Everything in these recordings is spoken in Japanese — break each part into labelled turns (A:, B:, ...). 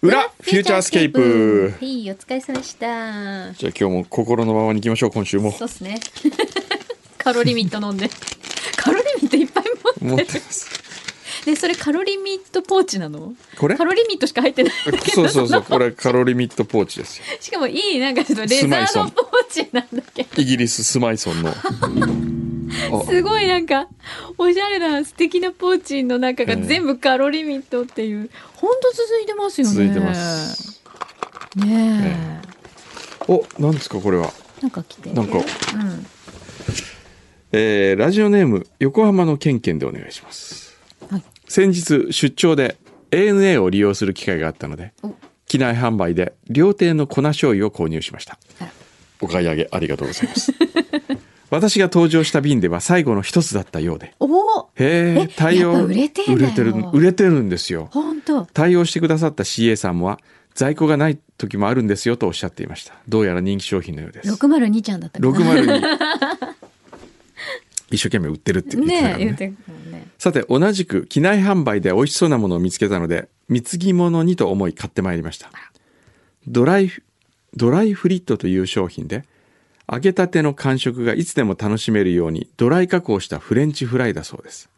A: フューチャースケープ
B: はい、お疲れ様でした。
A: じゃあ今日も心のままに行きましょう今週も
B: そうっ すね。カロリーミット飲んで。カロリーミットいっぱい持
A: 持っ
B: っ
A: てて
B: る。
A: ます
B: で、それカロリーミットポーチなの
A: これ
B: カロリーミットしか入ってない。
A: そうそうそうこれカロリミットポーチですよ
B: しかもいい、なんかちょっとレザ
A: スマイ
B: ー
A: ソ
B: の
A: ン
B: ポーチなんだけど。
A: イギリススマイソンのあ
B: すごいなんか、おしゃれな素敵なポーチの中が
A: ええ
B: 全部カロリーミットっていう。ほんと続いてますよね。
A: 続いてます
B: ねえ。
A: おなんですかこれは
B: なんか来てる。
A: なんか
B: うん。
A: えーラジオネーム横浜のケンケンでお願いします、
B: はい
A: 先日出張で ANA を利用する機会があったので
B: お
A: 機内販売で料亭の粉醤油を購入しました
B: あら
A: お買い上げありがとうございます 私が登場した便では最後の一つだったようで
B: おお
A: へ
B: え
A: え対応
B: やっぱ売れてんだよ
A: 売れてる売れてるんですよ
B: ほんと。
A: 対応してくださった CA さんは在庫がない時もあるんですよとおっしゃっていましたどうやら人気商品のようです
B: 602ちゃんだったかな
A: 602一生懸命売ってるって言ってたから
B: ね
A: ね
B: 言ってたもんね
A: さて同じく機内販売で美味しそうなものを見つけたので貢ぎ物にと思い買ってまいりましたドライフドライフリットという商品で揚げたての感触がいつでも楽しめるようにドライ加工したフレンチフライだそうです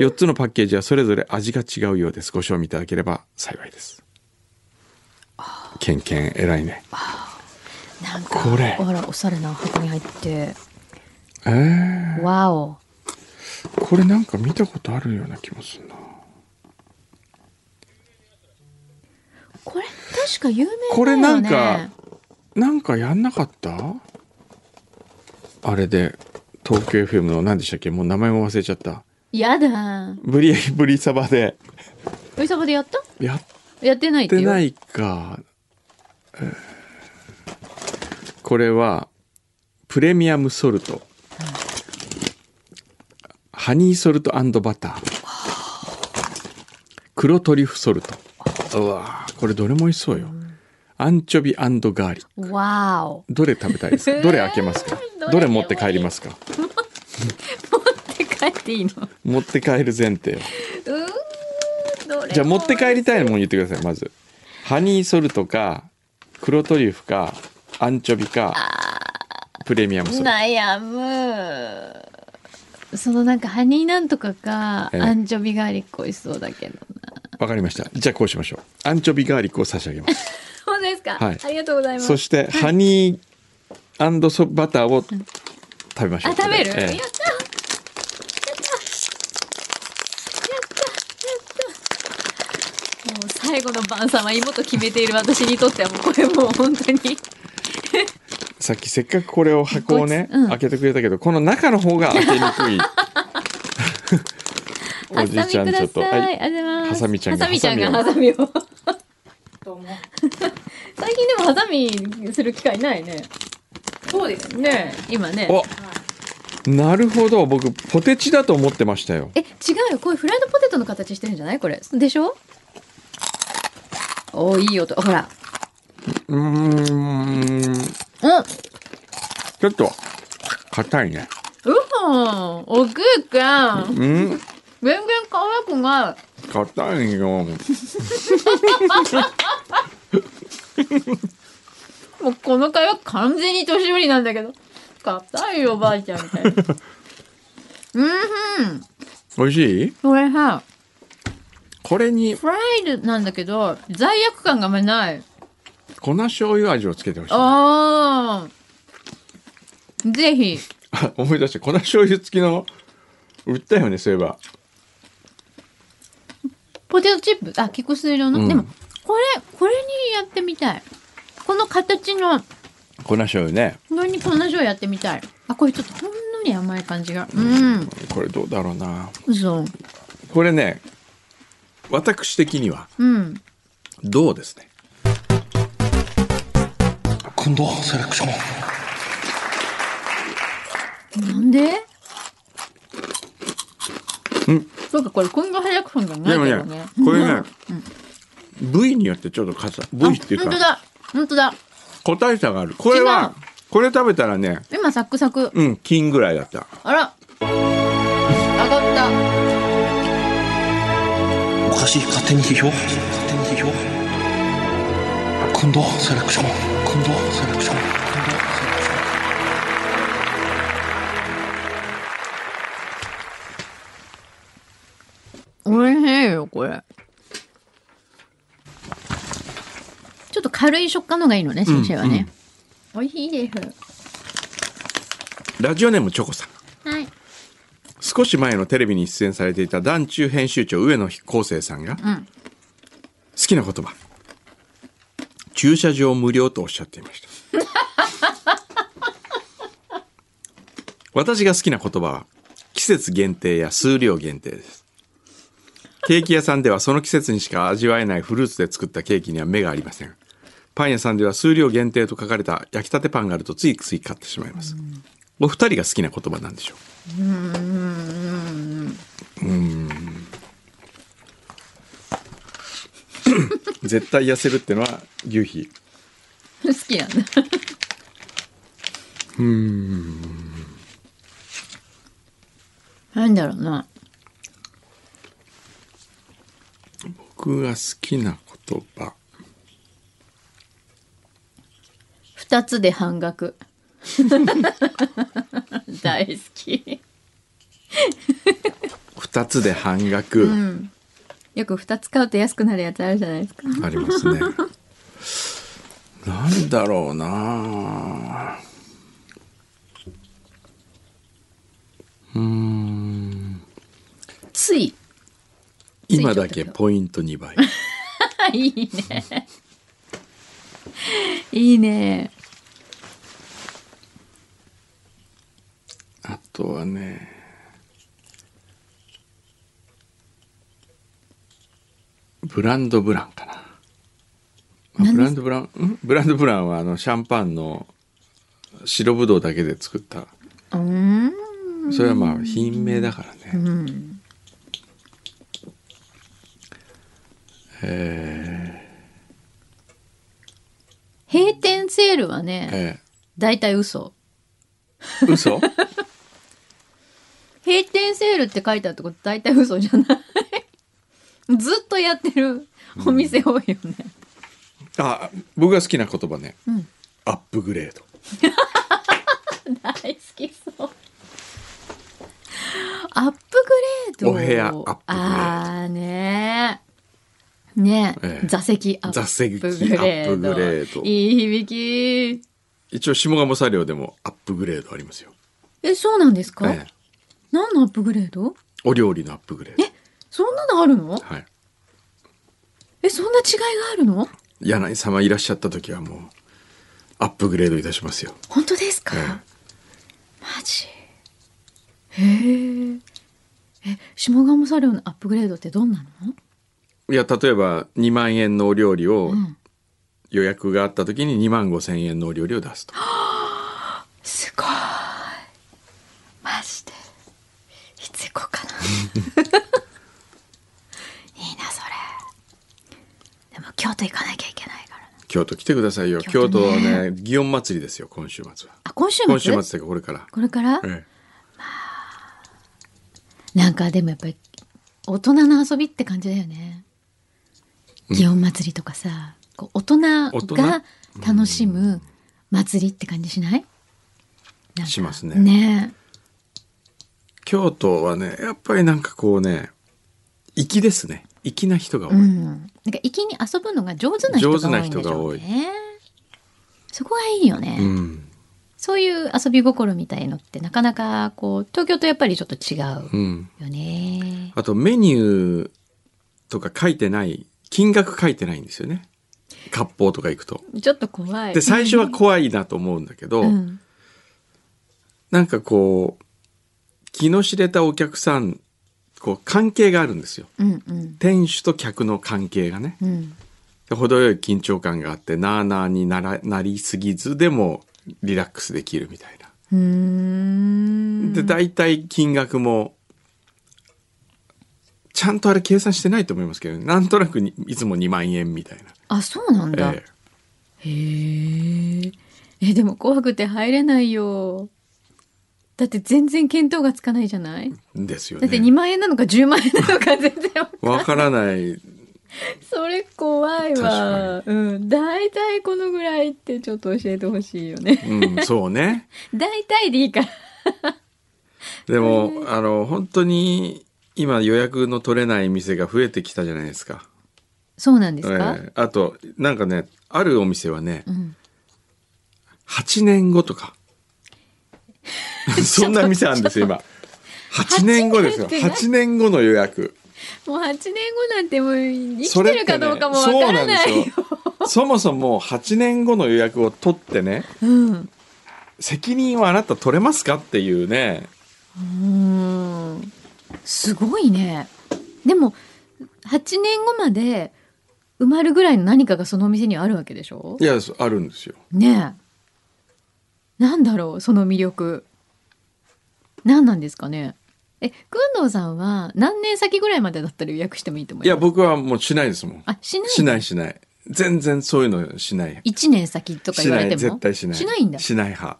A: 4つのパッケージはそれぞれ味が違うようですご賞味いただければ幸いですけんけん偉いね
B: なんか
A: これ
B: あらおしゃれな箱に入って
A: えー、
B: わお
A: これなんか見たことあるような気もするな
B: これ確か有名だよね
A: これなんかなんかやんなかったあれで東京 FM の何でしたっけもう名前も忘れちゃった
B: やだ
A: ブリブリサバで
B: おじさまでやった
A: やっ
B: やってないって
A: て
B: よ
A: ないか、えーこれはプレミアムソルト、ハニーソルトバター黒トリュフソルトうわーこれどれも美味しそうよアンチョビガーリック
B: わお
A: どれ食べたいですかどれ開けますか
B: どれ
A: どれ持って帰りますか
B: 持って帰っていいのう
A: 持って帰る前提
B: ーんどれも
A: じゃあ持って帰りたいのも言ってくださいまずハニーソルトか黒トリュフかアンチョビかプレミアムソルト
B: 悩むそのなんかハニーなんとかか
A: ええ
B: アンチョビガーリック美味しそうだけどな
A: わかりましたじゃあこうしましょうアンチョビガーリックを差し上げます
B: そうですか
A: はい
B: ありがとうございます
A: そしてハニーソバターを食べましょう
B: あ、食べる、
A: ええ
B: やったやったやったやったもう最後の晩餐は芋と決めている私にとってはもうこれもう本当に。
A: さっきせっかくこれを箱をね、
B: こいつうん
A: 開けてくれたけどこの中の方が開けにく い おじいちゃんちょっと
B: ハサミください。
A: は
B: ありがとうございます。
A: ハサミちゃんが
B: ハサミちゃんが
A: ハ
B: ハサミを。最近でもハサミする機会ないね。そうですね。今ね。
A: おなるほど僕ポテチだと思ってましたよ
B: え、違うよ。これフライドポテトの形してるんじゃないこれ。でしょおーいい音。ほら。
A: うーんち
B: うん。
A: ょっと硬いね
B: うん、おくーくん、
A: うん
B: 全然可愛くな
A: 硬いよ
B: い。もうこの会話完全に年寄りなんだけど。硬いよ、おばあちゃんみたいな。うんふん。
A: 美味しい
B: これさ、
A: これに
B: フライドなんだけど、罪悪感があんまりない。
A: 粉醤油味をつけてほしいあ
B: あー。ぜひ。
A: 思い出した粉醤油付きの売ったよねそういえば
B: ポテトチップ、あ、菊水色の、
A: うん
B: でも、これ、これにやってみたい。この形の、
A: 粉醤油ね
B: これに同じをやってみたい。あ、これちょっとほんのり甘い感じが。うん。
A: これどうだろうな
B: 嘘。
A: これね私的には
B: うん。
A: どうですね
C: 近藤セレクション
B: なんでそうか、これ、今後早く本じゃないけ
A: でも
B: どね。
A: ねこれね部位によってちょっと硬さ部位っていう
B: あ本当
A: か
B: だ。本当だ。
A: 個体差があるこれはこれ食べたらね
B: 今、サクサク。
A: うん金ぐらいだった
B: あら。上がった。
C: おかしい勝手に批評勝手に批評 Kondo Selection. Kondo Selection. Kondo Selection.
B: おいしいよ、これ。ちょっと軽い食感のがいいのね、先生はね。おいしいです。
A: ラジオネームチョコさん
B: はい。
A: 少し前のテレビに出演されていた団中編集長上野康生さんが、好きな言葉駐車場無料とおっしゃっていました私が好きな言葉は季節限定や数量限定ですケーキ屋さんではその季節にしか味わえないフルーツで作ったケーキには目がありませんパン屋さんでは数量限定と書かれた焼きたてパンがあるとついつい買ってしまいますお二人が好きな言葉なんでしょう絶対痩せるってのは牛皮
B: 好きなんだ。うん。なんだろうな。
A: 僕が好きな言葉
B: 二つで半額。 大好き。
A: 二つで半額
B: よく二つ買うと安くなるやつあるじゃないですか。
A: ありますね、なんだろうなうーん
B: つい。
A: 今だけポイント2倍
B: いいね。いいね。
A: あとはねブランドブランかなあ
B: 何
A: ブ
B: で
A: ラ
B: す
A: ンドブランんブランドブランはあのシャンパンの白ぶどうだけで作った
B: うん。
A: それはまあ品名だからね、
B: うん。
A: え
B: 閉店セールは
A: ー
B: ね、
A: え
B: だいたい嘘。
A: ー、 嘘
B: 閉店セールって書いてあるってこと大体嘘じゃない ずっとやってるお店多いよね、
A: あ僕が好きな言葉ね、
B: ん
A: アップグレード
B: 大好きそうアップグレード
A: お部屋アップグレード
B: ああねね、
A: ええ
B: 座席アップ
A: 座席
B: グレード
A: アップグレード
B: いい響き
A: 一応下鴨茶寮でもアップグレードありますよ、
B: えそうなんですか、
A: ええ
B: 何のアップグレード
A: お料理のアップグレード
B: そんなのあるの
A: はい
B: えそんな違いがあるの
A: 柳井様いらっしゃった時はもうアップグレードいたしますよ、
B: 本当ですか、
A: ええ
B: マジへええ下鴨茶寮のアップグレードってどんなの
A: いや例えば2万円のお料理を
B: ん
A: 予約があった時に2万5千円のお料理を出すと、
B: すごいマジでいつ行こ うかないいなそれでも京都行かなきゃいけないからな
A: 京都来てくださいよ京
B: 京都
A: 都
B: ね
A: はね祇園祭りですよ今週末は
B: あ今週末
A: 今週末っていうかこれから、
B: これから、
A: ええ
B: なんかでもやっぱり大人の遊びって感じだよね祇園祭りとかさ、こう大
A: 大
B: 人
A: 人
B: が楽しむ祭りって感じしないなんか
A: しますね
B: ね
A: 京都はねやっぱりなんかこうね粋ですね粋な人が多
B: う
A: い、
B: んなんか粋に遊ぶのが上手な人が多いんでし
A: 上手な人が
B: ょ
A: 多
B: う
A: い
B: ねそこがいいよね、
A: うん
B: そういう遊び心みたいのってなかなかこう東京とやっぱりちょっと違
A: う、
B: うんよね、
A: あとメニューとか書いてない金額書いてないんですよね割烹とか行くと
B: ちょっと怖い
A: で最初は怖いなと思うんだけど、
B: うん
A: なんかこう気の知れたお客さんこう関係があるんですよ
B: うんうん
A: 店主と客の関係がね
B: うん
A: で程よい緊張感があってなあなあにならなりすぎずでもリラックスできるみたいな
B: うーん
A: で大体金額もちゃんとあれ計算してないと思いますけどねなんとなくにいつも2万円みたいな、
B: あそうなんだ、
A: ええ
B: へええでも怖くて入れないよだって全然見当がつかないじゃない
A: ですよ
B: だって2
A: ね。
B: 万円なのか10万円なのか全然わかんない
A: わからない
B: それ怖いわ。うん。大体このぐらいってちょっと教えてほしいよね。
A: うん、そうね。
B: 大体でいいから。
A: で も、あの、本当に今予約の取れない店が増えてきたじゃないですか。
B: そうなんですか、
A: ええあと、なんかね、あるお店はね、
B: うん。
A: 8年後とか。 そんな店あるんですよ、今。8年後ですよ。
B: 八年って何
A: 8年後の予約。
B: もう8年後なんてもう生きてるかどうかもわ
A: そ
B: か
A: れって
B: ら
A: ね
B: ない
A: そ
B: よ。
A: うなんですよ。そもそも8年後の予約を取ってね、
B: うん。
A: 責任はあなた取れますかっていうね。
B: うんすごいね。でも、8年後まで埋まるぐらいの何かがそのお店にはあるわけでしょ
A: いや、そうあるんですよ。
B: ねえ。なんだろう、その魅力。何なんですかね。え、くんどうさんは何年先ぐらいまでだったら予約してもいいと思
A: い
B: いま
A: や、
B: す
A: 僕はもうしないですもん。
B: あ、しない
A: しないしない。全然そういうのしない。
B: 1年先とか
A: し
B: 言わ
A: な
B: れて
A: い、
B: も
A: 絶対しない。
B: しないんだ。
A: しない派。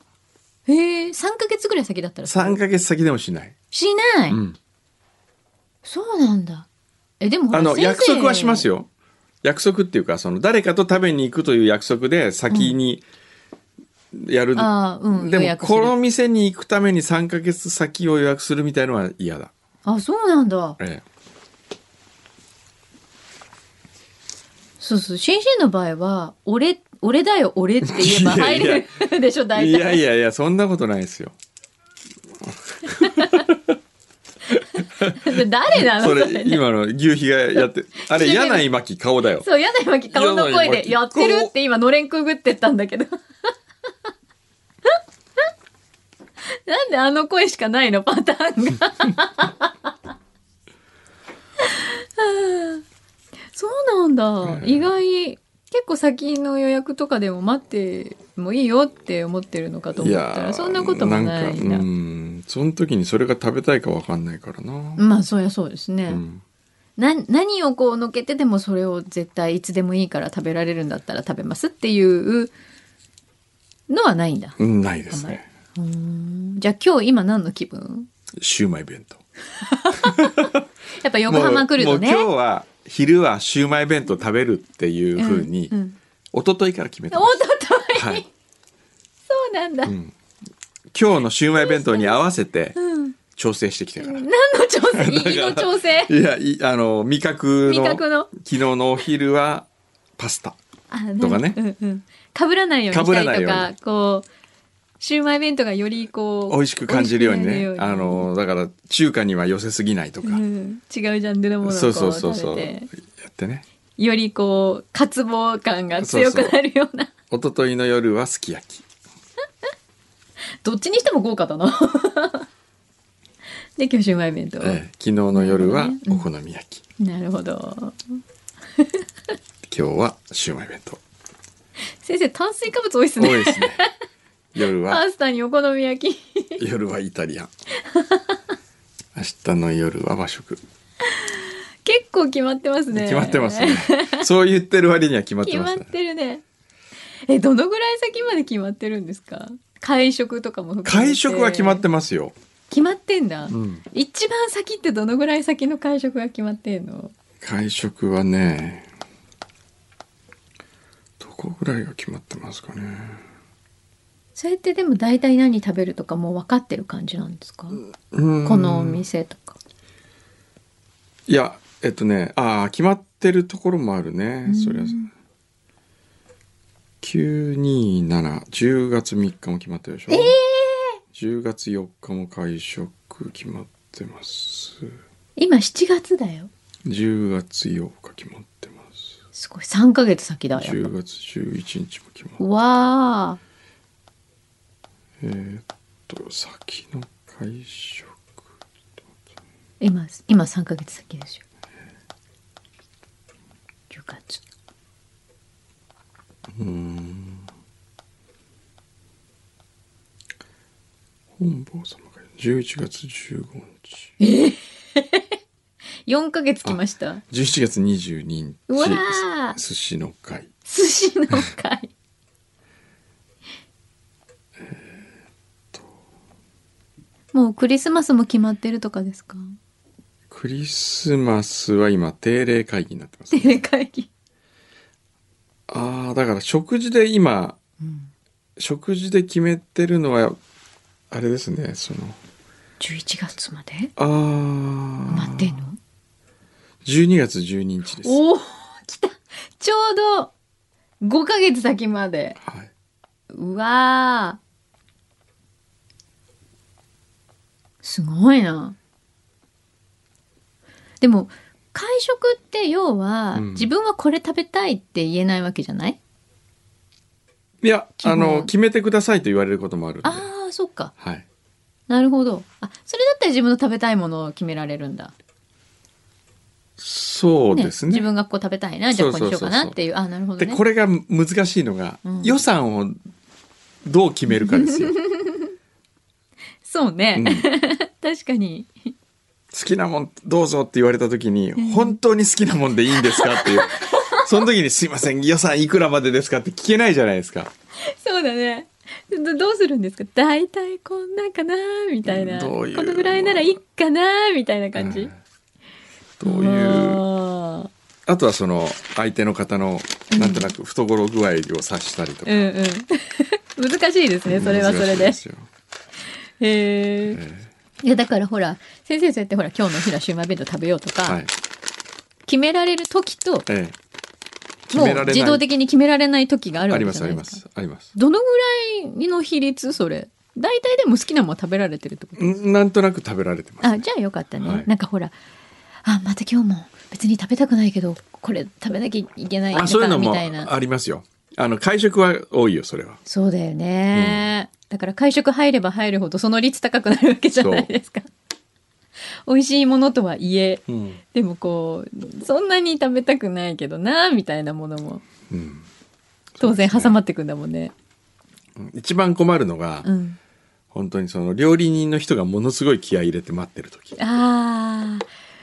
B: へえ、3ヶ月ぐらい先だったら
A: 3ヶ月先でもしない。
B: しない、
A: うん。そう
B: そうなんだ。え、でもほら
A: あの、
B: 先生
A: 約束はしますよ。約束っていうか、その、誰かと食べに行くという約束で先にやる。
B: ああ、うん、
A: で
B: 予
A: も、
B: 約する
A: この店に行くために3ヶ月先を予約するみたいのは嫌だ。
B: あ、そうなんだ。
A: え
B: そうそう。CC の場合は、俺、俺だよ、俺って言えば
A: いや
B: 入
A: いや
B: れるでしょ、
A: え
B: 大体。
A: いやいやいや、そんなことないですよ。
B: 誰なの
A: そ
B: そ
A: れ、
B: れ
A: 今の牛皮がや って、あれ、
B: 違う
A: 柳巻顔だよ。
B: そう、柳巻顔の声
A: 柳
B: で、
A: 巻
B: やってるって今、のれんくぐってったんだ けど。なんであの声しかないの、パターンが。そうなんだ。
A: ええ
B: 意外、結構先の予約とかでも待ってもいいよって思ってるのかと思ったら、
A: ー
B: そんなこともないんだ。
A: んかうんその時にそれが食べたいかわかんないからな、
B: まあ、そりゃそうですね。
A: うん
B: な何をこうのけてでもそれを絶対いつでもいいから食べられるんだったら食べますっていうのはないんだ。
A: うんないですね
B: うーんじゃあ今日今何の気分
A: シューマイ弁当
B: やっぱ横浜来るとね。
A: もうもう今日は昼はシューマイ弁当食べるっていうふうに、
B: うんうん
A: 一昨日から決めて
B: お
A: ま
B: っ
A: す
B: とっと、
A: はい
B: そうなんだ。うん
A: 今日のシューマイ弁当に合わせて
B: 何
A: 調整してきたから、
B: の調 整胃の調整
A: いやいあの味覚の
B: 味覚の
A: 昨日のお昼はパスタ
B: あ
A: とかね
B: うんうん。かぶらないようにした
A: 被らない
B: りと
A: よ
B: か
A: う
B: こうシューマイ弁当がよりこう
A: 美味しく感じるようにね
B: 美味しくな
A: あ
B: るように
A: のだから中華には寄せすぎないとか、
B: うん違うジャンルのものを
A: そ
B: こ
A: う
B: う
A: そうそうそ
B: 食
A: う
B: べ
A: や
B: て。
A: ってね
B: よりこう渇望感が強くなるような
A: 一昨日の夜はすき焼き
B: どっちにしても豪華 だなで今日シューマイ弁当、
A: ええ昨日の夜は
B: なるほど
A: お
B: ね
A: 好み焼き、
B: なるほど
A: 今日はシューマイ弁当
B: 先生炭水化物多いです
A: 多
B: ね
A: いですね夜は
B: パスタにお好み焼き
A: 夜はイタリアン明日の夜は和食、
B: 結構決まってますね
A: 決まってますねそう言ってる割には決まって
B: 決
A: ま
B: ますっ
A: ね
B: てるねえどのぐらい先まで決まってるんですか会食とかも含めて
A: 会食は決まってますよ、
B: 決まってんだ、
A: うん、
B: 一番先ってどのぐらい先の会食が決まってんの
A: 会食はねどこぐらいが決まってますかね
B: それってでも大体何食べるとかもう分かってる感じなんですか、
A: うん
B: このお店とか。
A: いやえっとねああ決まってるところもあるね、そりゃ9270月3日も決まってるでしょ、え10月4日も会食決まってます
B: 今7月だよ。
A: 10月8日決まってます
B: すごい3ヶ月先だよ。
A: 10月11日も決まって
B: わあ。
A: えーっと先の会食
B: 今今3ヶ月先ですよ。10月。
A: 本坊様会11月15日
B: 4ヶ月来ました。
A: 11月22日
B: うわー
A: 寿司の会
B: 寿司の会。もうクリスマスも決まってるとかですか。
A: ククリスマスは今定例会議になってます
B: 定例会議。
A: ああだから食事で今
B: うん。
A: 食事で決めてるのはあれですねその
B: 11月まで
A: あ
B: 待
A: あ
B: ってんの
A: 12月12日です、
B: おお来たちょうど5ヶ月先まで。
A: は
B: うわーすごいな。でも会食って要は、
A: うん
B: 自分はこれ食べたいって言えないわけじゃない
A: い、いや
B: 基本
A: あの決めてくださいと言われることもあるんで
B: ああそっか
A: はい
B: なるほどあそれだったら自分の食べたいものを決められるんだ、
A: そうですね
B: 自分がこう食べたいなじゃあこ
A: そう
B: こ
A: そう
B: にしよ
A: そう
B: うかな
A: そう
B: っていうあなるほど
A: で
B: ね
A: これが難しいのが、
B: うん
A: 予算をどう決めるか ですよ、
B: そうね、
A: うん
B: 確かに
A: 好きなもんどうぞって言われた時に、
B: ん
A: 本当に好きなもんでいいんですか っていうその時に「すいません予算いくらまでですか?」って聞けないじゃないですか
B: そうだねどどうするんですか大体こんなんかなーみたいな
A: どういう
B: このぐらいならいいかなーみたいな感
A: う
B: じ
A: ん、どういう
B: あ
A: あとはその相手の方のなんとなく懐具合を察したりとか、
B: ーうんうん 難しいですねそれはそれで
A: 難しいすよ
B: へえ
A: え
B: いやだからほら先生そうやってほら今日の日はシューマイ弁当食べようとか、
A: えはい
B: 決められる時と
A: ええ決
B: も
A: められ
B: う
A: ない
B: 自動的に決められない時がある
A: あ
B: わ
A: り
B: け
A: ま
B: じゃ
A: すあ
B: ない
A: り
B: で
A: ます
B: か
A: すあります
B: どのぐらいの比率それ大体でも好きなもの食べられてるってこと
A: んなんとなく食べられてます、
B: あじゃあよかったね、
A: はい
B: なんかほらあまた今日も別に食べたくないけどこれ食べなきゃいけないの
A: あそういう
B: か
A: の
B: み
A: も
B: たいな
A: ありますよあの会食は多いよそれは
B: そうだよね、だから会食入れば入るほどその率高くなるわけじゃないですか美味しいものとはいえ
A: うん、
B: でもこうそんなに食べたくないけどなみたいなものも
A: うん、
B: 当然挟まってくんだもんね
A: 一番困るのが、
B: うん
A: 本当にその料理人の人がものすごい気合い入れて待ってる時
B: あー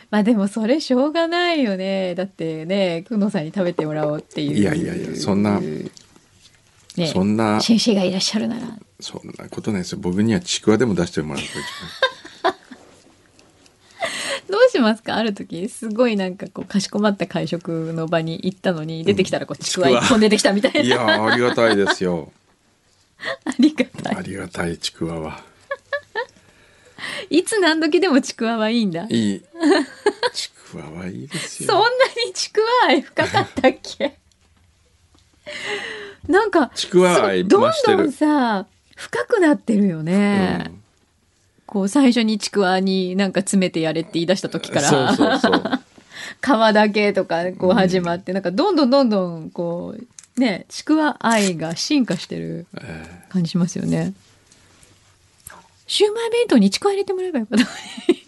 B: まあでもそれしょうがないよねだってね久野さんに食べてもらおうっていう
A: いやいやいやそんな
B: ね
A: そんな
B: 先生がいらっしゃるなら
A: そんなことないですよ僕にはちくわでも出してもらうと一番
B: どうしますかある時すごいなんかこうかしこまった会食の場に行ったのに出てきたらこうちくわ
A: ちくわ
B: 一本出てきたみた い
A: い
B: な
A: やーありがたいですよ
B: ありがた
A: あ
B: い
A: りがたいちくわはい
B: つ何時でもちくわはいいんだ
A: いいちくわはいいですよ
B: そんなにちくわ愛深かったっけなんか
A: ちくわ愛
B: そうどん
A: 増して
B: どん
A: る
B: さ深くなってるよね、
A: うん
B: こう最初にちくわになんか詰めてやれって言い出した時から
A: そうそうそう
B: 皮だけとかこう始まって、なんかどんどんどんどんこうねちくわ愛が進化してる
A: え
B: 感じしますよねシューマイ弁当にちくわ入れてもらえばよかった
A: ー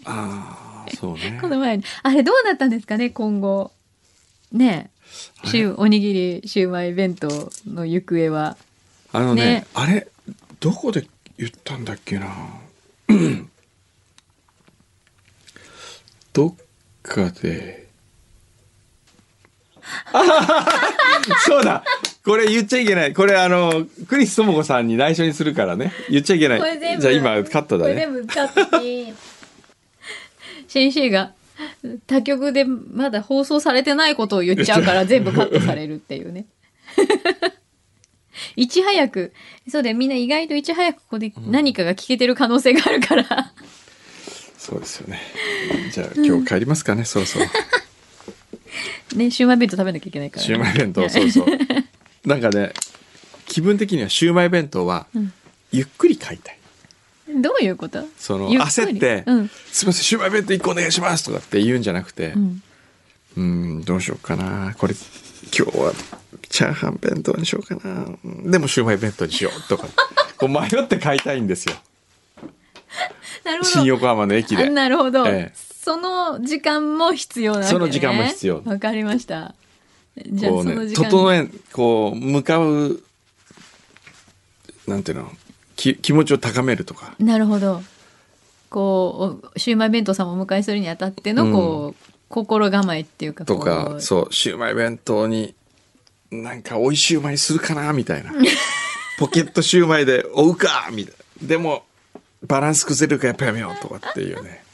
A: ああそうね
B: この前に。あれどうなったんですかね、今後。ねえ。シューおにぎりシューマイ弁当の行方は。
A: あのね
B: ね
A: あれどこで言ったんだっけな どっかで そうだこれ言っちゃいけないこれあのクリス智子さんに内緒にするからね言っちゃいけないじゃあ今カットだ
B: これ全
A: ね
B: 部カットに。先生が他局でまだ放送されてないことを言っちゃ うから全部カットされるっていうね。 いち早く、そうだよ、みんな意外といち早くここで何かが聞けてる可能性があるから。
A: そうですよねじゃあ今日帰りますかね、 そろそろ
B: ね、シューマイ弁当食べなきゃいけないからね、
A: シューマイ弁当そうそうなんかね気分的にはシューマイ弁当は
B: ん
A: ゆっくり買いたい
B: どういうこと
A: その
B: ゆっくり
A: 焦って、
B: うん
A: すいません、シューマイ弁当1個お願いしますとかって言うんじゃなくて、
B: う
A: うんーん、どうしようかな。これ、今日はチャーハン弁当にしようかな。うんでもシューマイ弁当にしようとか、こう迷って買いたいん ですよ。
B: なるほど
A: 新横浜の駅
B: あ
A: で。
B: なるほど、
A: ええ
B: その時間も必要なわけ、ね、
A: その時間も必要
B: わかりましたじゃあ
A: こ
B: そうの
A: ね、
B: 時間
A: 整え、こう、向かう、なんていうの、き気持ちを高めるとか。
B: なるほどこうおシューマイ弁当さんをお迎えするにあたってのこう、心構えっていうか
A: と
B: こ
A: か、
B: う
A: そう、シューマイ弁当に、なんか美味しいシューマイにするかな、みた いな。ポケットシューマイで追うか、みたいな。でも、バランス崩れるからやっぱやめようとかっていうね。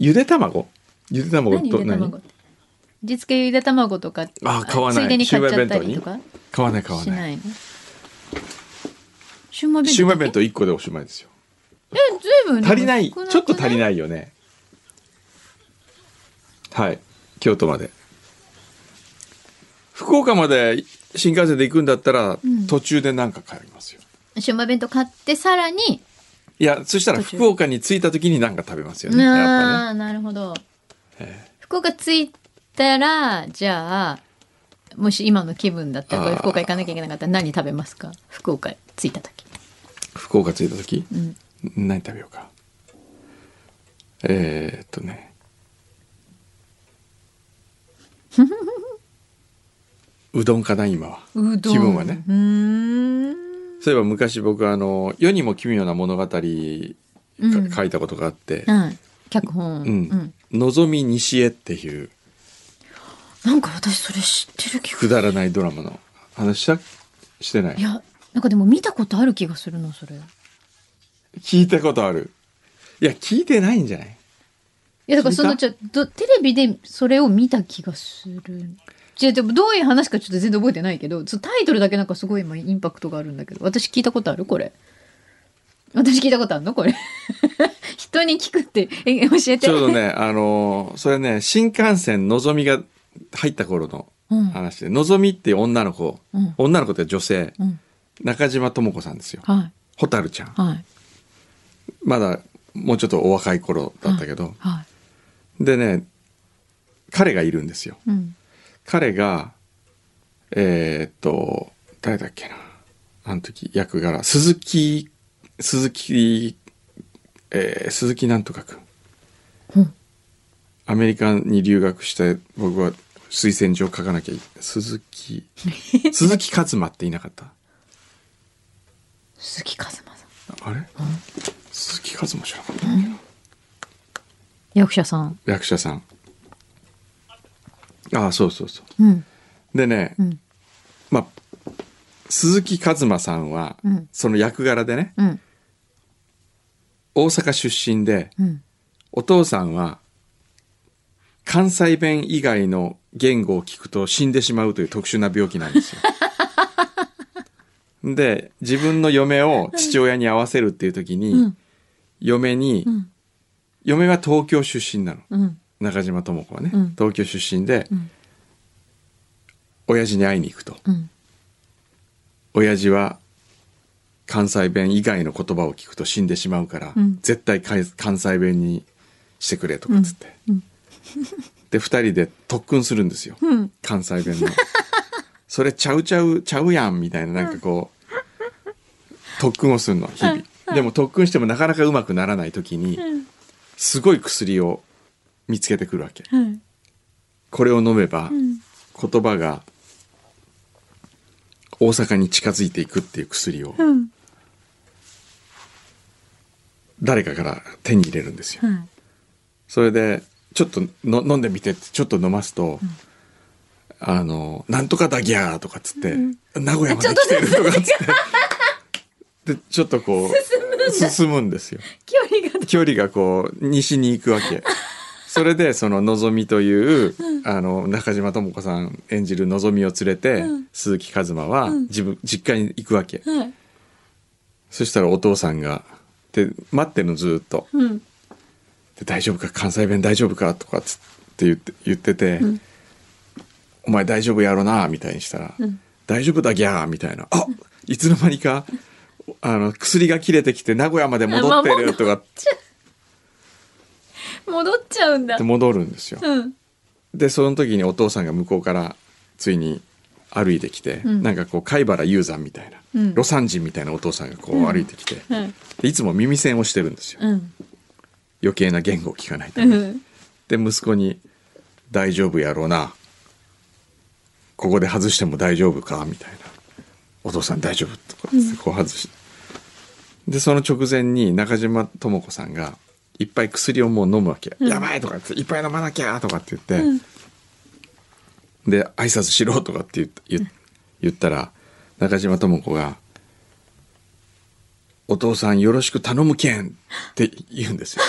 A: ゆで卵ゆで卵
B: 何ゆ
A: と
B: で
A: 何
B: 卵って味付けゆで卵とか
A: あ買わない
B: ついでに買っちゃったりとか
A: 買わない買わ
B: し
A: ない
B: ないのシュウマイ弁当
A: シューマイ弁当1個でおしまいですよ
B: えずいぶん
A: 足りないち
B: でも
A: ょっと足り
B: い
A: ないよねはい京都まで福岡まで新幹線で行くんだったら、
B: ん
A: 途中で何か買いますよ
B: シュウマイ弁当買ってさらに
A: いやそしたら
B: 途中
A: 福岡に着いた時に何か食べますよねやっぱ
B: ああ、なるほど
A: え。
B: 福岡着いたら、じゃあ、もし今の気分だったら、これ
A: あー
B: 福岡行かなきゃいけなかったら何食べますか福岡着いた時。
A: りね福岡着いた時
B: うん。
A: 何食べようかえー、っとね うどんかな今は
B: うどん。
A: 気分はね
B: うーん。
A: そういえば昔僕あの「世にも奇妙な物語」か
B: うん
A: 書いたことがあって
B: はい。脚本。
A: うんのぞみ西江」っていう
B: なんか私それ知ってる気が
A: くだらないドラマの話したしてない
B: いや、なんかでも見たことある気がするな、それ。い
A: 聞いたことあるいや聞いてないんじゃない
B: や、だからそ
A: 聞
B: の、
A: い
B: ちょどテレビでそれを見た気がする。違う、でもどういう話かちょっと全然覚えてないけど、そうタイトルだけなんかすごい今インパクトがあるんだけど、私聞いたことあるこれ。私聞いたことあるのこれ。 人に聞くって、え、教えて。
A: ちょうどねあのそれね新幹線のぞみが入った頃の
B: うん。
A: 話で、のぞみっていう女の子、
B: うん
A: 女の子って女性
B: うん。
A: 中島智子さんですよ
B: はい。
A: 蛍ちゃん
B: はい。
A: まだもうちょっとお若い頃だったけど、
B: は
A: でね彼がいるんですよ
B: い。うん。
A: 彼がえーっと誰だっけなあの時役柄鈴木鈴木、えー鈴木なんとかくん
B: うん
A: アメリカに留学して僕は推薦状書かなきゃい鈴 木鈴木一馬っていなかった
B: 鈴木和馬さん。
A: あれ、鈴木一馬じゃなかった、
B: 役者さん。
A: 役者さんああそうそうそ
B: うん。
A: うでね、
B: うん。
A: まあ鈴木一馬さんは、
B: うん
A: その役柄でね、
B: うん。
A: 大阪出身で
B: うん。
A: お父さんは関西弁以外の言語を聞くと死んでしまうという特殊な病気なん ですよ。で自分の嫁を父親に会わせるっていう時に、
B: うん
A: 嫁に、
B: ん
A: 嫁は東京出身なの
B: うん。
A: 中島智子はね、
B: うん
A: 東京出身で、
B: ん
A: 親父に会いに行くと
B: うん。
A: 親父は関西弁以外の言葉を聞くと死んでしまうから、
B: うん
A: 絶対かい関西弁にしてくれとかっつって、
B: うんうん
A: で2人で特訓するんですよ、
B: うん。
A: 関西弁のそれちゃうちゃうちゃうやんみたいななんかこう、特訓をするの日々、でも特訓してもなかなかうまくならない時に、
B: ん
A: すごい薬を見つけてくるわけ
B: はい。
A: これを飲めば、
B: うん。
A: 言葉が大阪に近づいていくっていう薬を
B: うん。
A: 誰かから手に入れるんですよ。
B: はい。
A: それでちょっとの飲んでみてってちょっと飲ますと、あの「なんとかだぎゃー」とかっつって、名古屋まで来てるとかっつってでちょっとこう 進むんですよ。
B: 距離が
A: 距離がこう西に行くわ け。それでそののぞみという、あの中島智子さん演じるのぞみを連れて、鈴木一馬は自分、実家に行くわけ、
B: はい。
A: そしたらお父さんがで待ってるのずっと
B: うん。
A: 「で大丈夫か関西弁大丈夫か?」とかつって言って言ってて、お前大丈夫やろな」みたいにしたら「大丈夫だぎゃー」みたいな「あいつの間にかあの薬が切れてきて名古屋まで戻ってる」とか
B: 戻っちゃうんだ
A: で。戻るんです よ。
B: うん。
A: でその時にお父さんが向こうからついに歩いてきて、
B: ん
A: なんかこう貝原雄山みたいな、
B: うん
A: 魯山人みたいなお父さんがこう歩いてきて、
B: はい。
A: でいつも耳栓をしてるんですよ
B: うん。
A: 余計な言語を聞かないた
B: う
A: めに、
B: ん。
A: で息子に「大丈夫やろうなここで外しても大丈夫か?」みたいな「お父さん大丈夫」とかっつってこう外して、でその直前に中島智子さんがいっぱい薬をもう飲むわけ「やばい!」とかっつって「いっぱい飲まなきゃ!」とかって言って、で「挨拶しろ」とかって言った言言ったら中島智子が「お父さんよろしく頼むけん」って言うんですよ。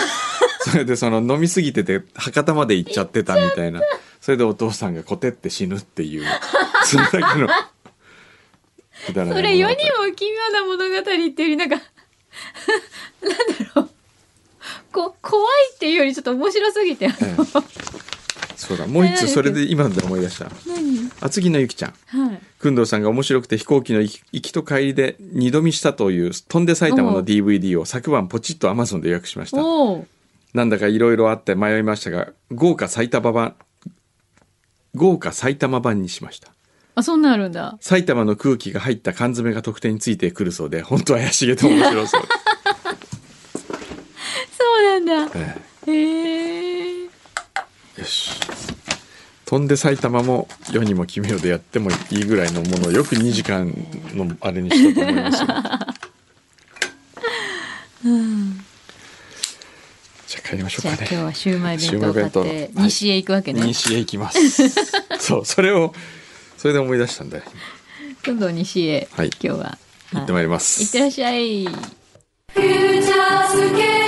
A: それでその飲みすぎてて博多まで行っちゃってたみたいなそれでお父さんがこてって死ぬっていうそれだけのくだら
B: そ
A: ない
B: れ世
A: 物語
B: にも奇妙な物語っていうよりなんかなんだろうこ怖いっていうよりちょっと面白すぎて、
A: ええそうだもう一つそれで今で思い出した
B: 何
A: 厚木のゆきちゃん
B: はい
A: 工藤さんが面白くて飛行機の行き行きと帰りで二度見したという「飛んで埼玉」
B: お
A: の
B: う
A: DVD を昨晩ポチッと Amazon で予約しました
B: おお
A: なんだかいろいろあって迷いましたが豪華埼玉版豪華埼玉版にしました
B: あそんなんあるんだ
A: 埼玉の空気が入った缶詰が特典についてくるそうで本当怪しげと面白そうです、
B: そうなんだ
A: え
B: へえ
A: えよし飛んで埼玉も世にも奇妙でやってもいいぐらいのものをよく2時間のあれにしたと思いますよじゃあ帰りましょ
B: じゃあ
A: うかね
B: 今日はシューマイ弁当を買っ
A: シューマイ弁
B: て
A: 当はい
B: 西へ行くわけね、
A: 西へ行きますそうそれをそれで思い出したんで
B: どんどん西へ、
A: はい
B: 今日は
A: 行ってまいります、
B: いってらっしゃい
D: 「フューチャースケープ」